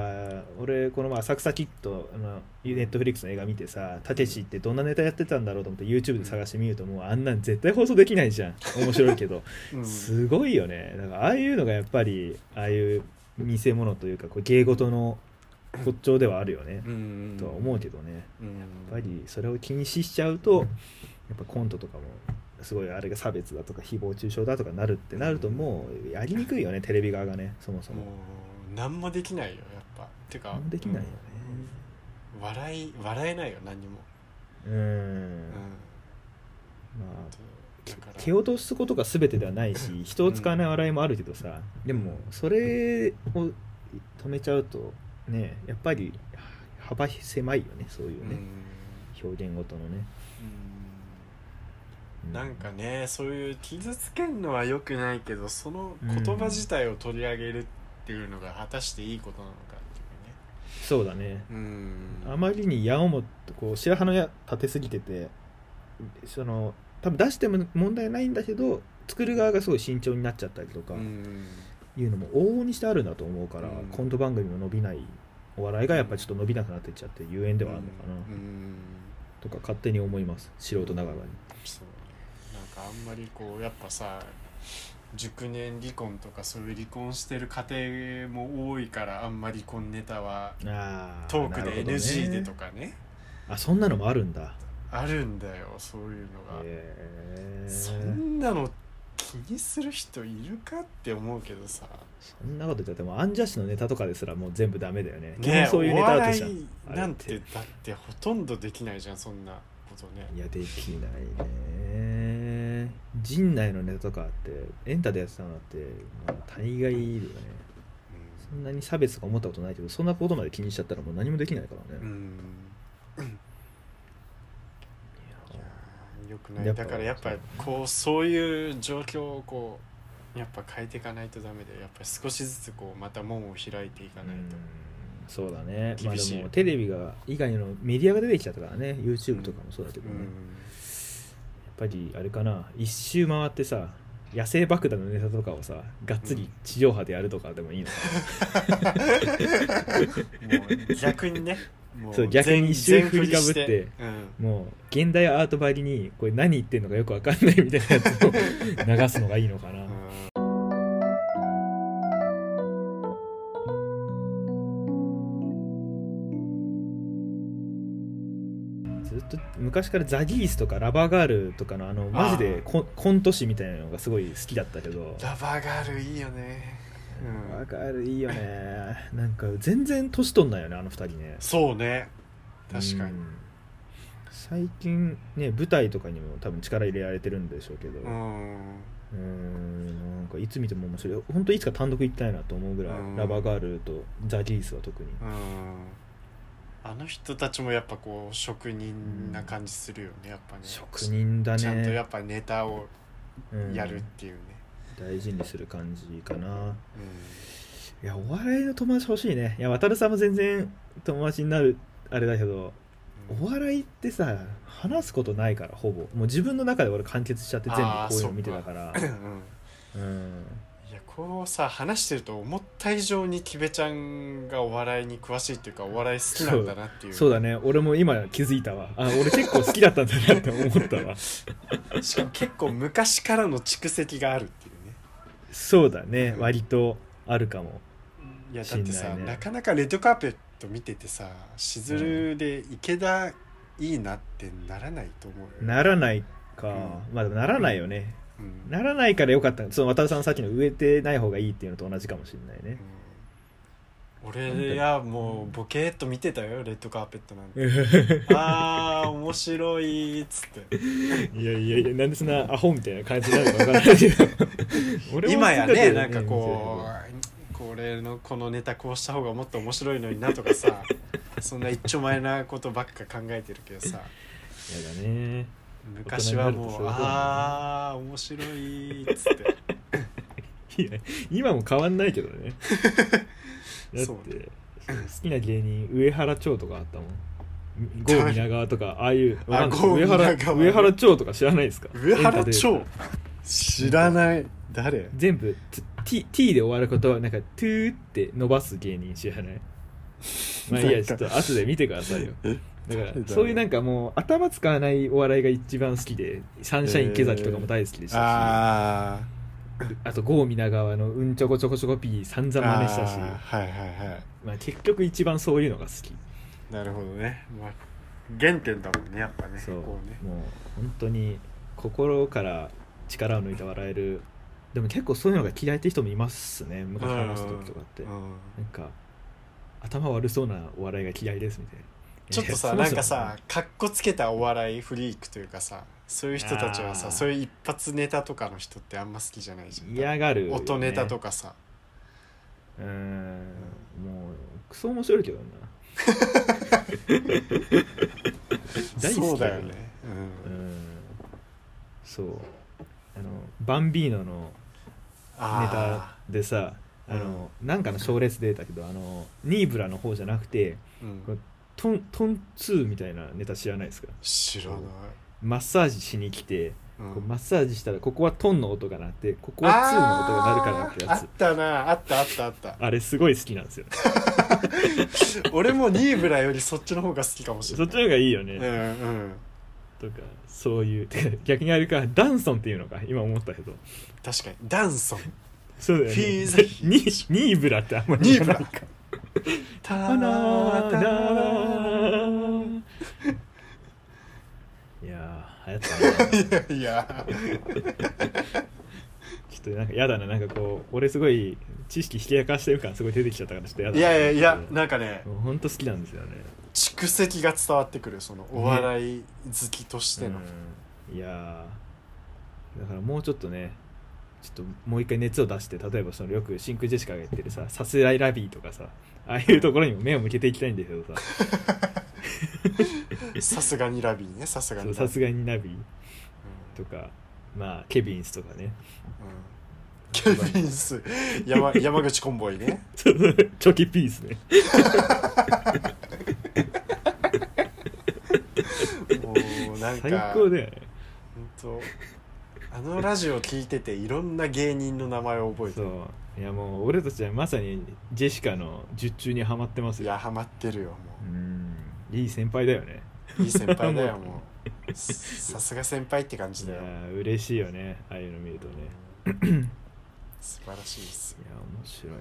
S1: 俺この前「浅草キッド」あのネットフリックスの映画見てさたけしってどんなネタやってたんだろうと思って YouTube で探してみるともうあんなん絶対放送できないじゃん面白いけど
S2: うん
S1: すごいよねだからああいうのがやっぱりああいう見せ物というかこう芸事の骨頂ではあるよね、
S2: うん
S1: とは思うけどね
S2: うん
S1: やっぱりそれを気にしちゃうとやっぱコントとかもすごいあれが差別だとか誹謗中傷だとかなるってなるともうやりにくいよねテレビ側がねそもそ
S2: もう
S1: も
S2: 何もできないよやっぱてか
S1: できないよね
S2: うん笑い笑えないよ何にも
S1: うん、
S2: うん
S1: まあ
S2: だから
S1: 蹴落とすことが全てではないし人を使わない笑いもあるけどさ、でもそれを止めちゃうとねやっぱり幅狭いよねそういううんね、表現ごとのね、う
S2: うんなんかねそういう傷つけるのは良くないけどその言葉自体を取り上げるっていうのが果たしていいことなのかっ
S1: そうだね
S2: ていうねうん
S1: あまりに矢をもこう白羽の矢立てすぎててその多分出しても問題ないんだけど作る側がすごい慎重になっちゃったりとか
S2: うん
S1: いうのも往々にしてあるんだと思うから、
S2: うん
S1: コント番組も伸びないお笑いがやっぱちょっと伸びなくなってっちゃって有縁ではあるのかな、
S2: うん
S1: とか勝手に思います素人ながらに
S2: そうねなんかあんまりこうやっぱさ熟年離婚とかそういう離婚してる家庭も多いからあんまりこのネタは
S1: あ
S2: トークで NG でと
S1: か
S2: かね
S1: あそんなのもあるんだ
S2: あるんだよそういうのが、
S1: へえそ
S2: そ
S1: ん
S2: んなの気にする人いるかって思うけどさ
S1: なこと言ったらでもアンジャッシュのネタとかですらもう全部ダメだよね基
S2: ね
S1: 本そういうネタだとした
S2: お
S1: ら
S2: 笑いなんてだってほとんどできないじゃんそんなことね
S1: いやできないね陣内のネタとかってエンタでやってたのだって、まあ、大概いるよねそんなに差別とか思ったことないけどそんなことまで気にしちゃったらもう何もできないからね、
S2: うん、
S1: いや
S2: よくない
S1: やっぱ
S2: だからやっぱこうそういう状況をこうやっぱ変えていかないとダメでやっぱ少しずつこうまた門を開いていかないと、
S1: うんそうだね、まあ、
S2: 厳しい
S1: でもテレビが以外のメディアが出てきちゃったからね YouTube とかもそうだけど
S2: う
S1: ね、やっぱ
S2: ん
S1: りあれかな一周回ってさ野生爆弾のネタとかをさがっつり地上波でやるとかでもいいのか
S2: もう逆にねも
S1: そう逆に一周振りかぶって
S2: 全全振りしてうん
S1: な、もう現代アートばりにこれ何言ってんのかよくわかんないみたいなや つを流すのがいいのかな、ずっと昔からザギースとかラバーガールとかのあのマジでコンコント師みたいなのがすごい好きだったけど
S2: ラバーガールいいよね、うん
S1: わかるいいよねなんか全然年取んないよねあの二人ね
S2: そうね確か
S1: う
S2: に
S1: ん最近ね舞台とかにも多分力入れられてるんでしょうけどう
S2: うんん、
S1: んなんかいつ見ても面白い本当いつか単独行きたいなと思うぐらい
S2: うん
S1: ラバーガールとザ・ギースは特に
S2: うん、あの人たちもやっぱこう職人な感じするよねやっぱね
S1: 職人だね
S2: ちゃんとやっぱネタを
S1: うん
S2: やるっていうね、
S1: 大事にする感じかな
S2: うん
S1: いやお笑いの友達欲しいねいや渡るさんも全然友達になるあれだけどお笑いってさ話すことないからほぼもう自分の中で俺完結しちゃって全部こ
S2: あー
S1: ういうの見てたから
S2: うんうん
S1: うん
S2: いやこうさ話してると思った以上にキベちゃんがお笑いに詳しいっていうかお笑い好きなんだなっていう
S1: そうだね俺も今気づいたわあ俺結構好きだったんだなって思ったわ
S2: しかも結構昔からの蓄積があるっていうね
S1: そうだね割とあるかも
S2: いやだって
S1: 信
S2: さ
S1: 頼
S2: な,、
S1: ね
S2: かなかレッドカーペット見ててさしずるで池田いいなってならないと思うよ、
S1: ならないか、
S2: う
S1: まあでもならないよね
S2: うん
S1: ならないからよかったその渡るさんのさっきの植えてない方がいいっていうのと同じかもしれないね
S2: うん俺やもうボケーっと見てたよレッドカーペットなん て
S1: い
S2: あー面白いっつって
S1: やいやいやなんでそんなアホみたいな感じになるかわからないけ ど 俺も
S2: 今やね
S1: 好きだ
S2: な
S1: け
S2: んか
S1: ど
S2: こうこれのこのネタこうした方がもっと面白いのになとか さそんな一丁前なことばっか考えてるけどさ
S1: やだね
S2: 昔はも
S1: 大人
S2: う
S1: になるとそういうことだよね
S2: ああ面白いっつって
S1: いや今も変わんないけど ねだって
S2: そ
S1: 好
S2: うね
S1: きな芸人上原町とかあったもん 郷皆川とかああいうわかんない
S2: 郷
S1: 上
S2: 皆川
S1: 原
S2: ね
S1: 上原町とか知らないですか
S2: 上原
S1: エン
S2: 町
S1: タで
S2: 知らない誰
S1: 全部 T, T で終わることはなんか「トゥー」って伸ばす芸人知ら ないまあいいやちょっと後で見てくださいよ
S2: え
S1: だから
S2: 誰だろう
S1: そういうなんかもう頭使わないお笑いが一番好きでサンシャイン池崎とかも大好きでしたし、
S2: あー
S1: あと郷皆川のうんちょこちょこちょこピー散々真似したし
S2: あーはいはいは
S1: まあ、結局一番そういうのが好き
S2: いなるほどね、まあ、原点だもんねやっぱね
S1: そう
S2: こうね
S1: もう本当に心から力を抜いて笑えるでも結構そういうのが嫌いって人もいますね昔話す時とかって
S2: う
S1: なんんか頭悪そうなお笑いが嫌いですみたいな
S2: ちょっとさ
S1: いや
S2: なん
S1: そも
S2: か
S1: そも
S2: さかっこつけたお笑いフリークというかさそういう人たちは
S1: あー
S2: さそういう一発ネタとかの人ってあんま好きじゃないじゃん
S1: 嫌がるよね、
S2: 音ネタと
S1: か
S2: かさ
S1: うーんもうクソ面白いけ どな大好き
S2: そうだよね、
S1: う
S2: うんん、
S1: そうあのバンビーノのネタ
S2: あ
S1: でさあの、なんかの賞レース出たけどあのニーブラの方じゃなくて
S2: ー、うん
S1: これトントン2みたいなネタ知らないですか
S2: 知らない、
S1: マッサージしに来て、
S2: う
S1: こうんマッサージしたらここはトンの音が鳴ってここは2の音が鳴るからってや
S2: あーあ
S1: つ
S2: ったなあったあったあった
S1: あれすごい好きなんですよ
S2: 俺もニーブラよりそっちの方が好きかもし
S1: そ
S2: れ
S1: っち
S2: ない
S1: の方がいいよね、
S2: うんうん
S1: とかそういう てか逆にあれかダンソンっていうのか今思ったけど
S2: 確かにダンソン
S1: そうだよね
S2: フィーザ ヒー
S1: ニニーブラってあんまり
S2: ニーブラ
S1: なんか
S2: タ
S1: タラタラいやー流行ったなちょ
S2: いや
S1: っとなんかやだななんかこう俺すごい知識ひけやかしてる感すごい出てきちゃったからちょっとやだ
S2: いやいやいやなんかね
S1: もうほんと好きなんですよね
S2: 蓄積が伝わってくるそのお笑い好きとしての、
S1: うんいやーだからもうちょっとねちょっともう一回熱を出して例えばそのよく真空ジェシカが言ってるさ「さすらいラビー」とかさああいうところにも目を向けていきたいんだけどさ
S2: さすがにラビーねさすが
S1: そ
S2: に
S1: うさ
S2: ラビー
S1: すがにナビ
S2: う
S1: とかまあケビンスとかね
S2: んうんケビンス山山口コンボイね
S1: ちょチョキピースね
S2: もうなんか
S1: 最高だよね
S2: 本当あのラジオ聞いてていろんな芸人の名前を覚えてる
S1: そういやもう俺たちはまさにジェシカの術中にはまってます
S2: い
S1: よ
S2: やハマってるよも
S1: うんいい先輩だよね
S2: ういい先輩だよも うさすが先輩って感じ
S1: い
S2: だ
S1: や
S2: よ
S1: ー嬉しいよねああいうの見るとね
S2: 素晴らしいです
S1: いや面白いな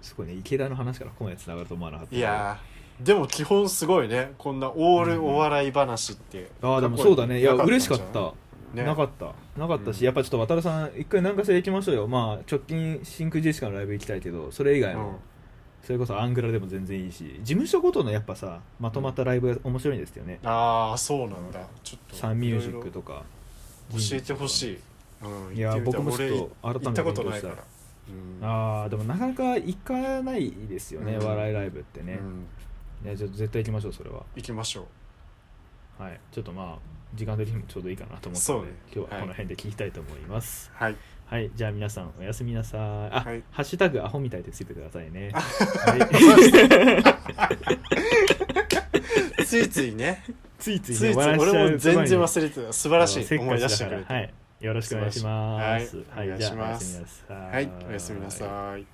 S1: すごいね池田の話から今夜つながると思わなかった
S2: いやーでも基本すごいねこんなオールお笑い話って
S1: ああでもそうだねいや
S2: なったんじゃない
S1: 嬉しかった
S2: ね
S1: なかったなかったし、
S2: うん
S1: やっぱちょっと渡るさん一回何かしら行きましょうよまあ直近真空ジェシカのライブ行きたいけどそれ以外
S2: う
S1: も、
S2: ん
S1: それこそアングラでも全然いいし事務所ごとのやっぱさまとまったライブが面白いんですよね、
S2: ああそうなんだちょっと
S1: サンミュージック
S2: と
S1: とか
S2: 教えてほ
S1: い
S2: しい、うん、
S1: いや
S2: 行ってみたい
S1: 僕もちょっと
S2: 俺
S1: 改めて
S2: 行ったことないか
S1: 勉
S2: らうん
S1: あーでもなかなか行かないですよね、
S2: うん
S1: 笑いライブってね
S2: う、
S1: い
S2: ん
S1: やちょっと絶対行きましょうそれは
S2: 行きましょう
S1: はいちょっとまあ時間的にもちょうどいいかなと思った
S2: そ
S1: の
S2: う
S1: で、
S2: ね
S1: 今日はこの辺で聞きたいと思います
S2: はい
S1: はい、じゃあ皆さんおやすみなさいあ、
S2: はい
S1: ハッシュタグアホみたいでついてくださいね
S2: ついついね
S1: ついつ
S2: つい
S1: いね
S2: つい
S1: 笑っちゃう
S2: 俺も全然
S1: す
S2: 忘れてた素晴らしい思い出してくれて
S1: はいよろしくお願いします
S2: 素晴
S1: はい、
S2: らしいはいお願い
S1: じゃ
S2: し
S1: あおや
S2: ます
S1: みなさい
S2: はいおやすみなさい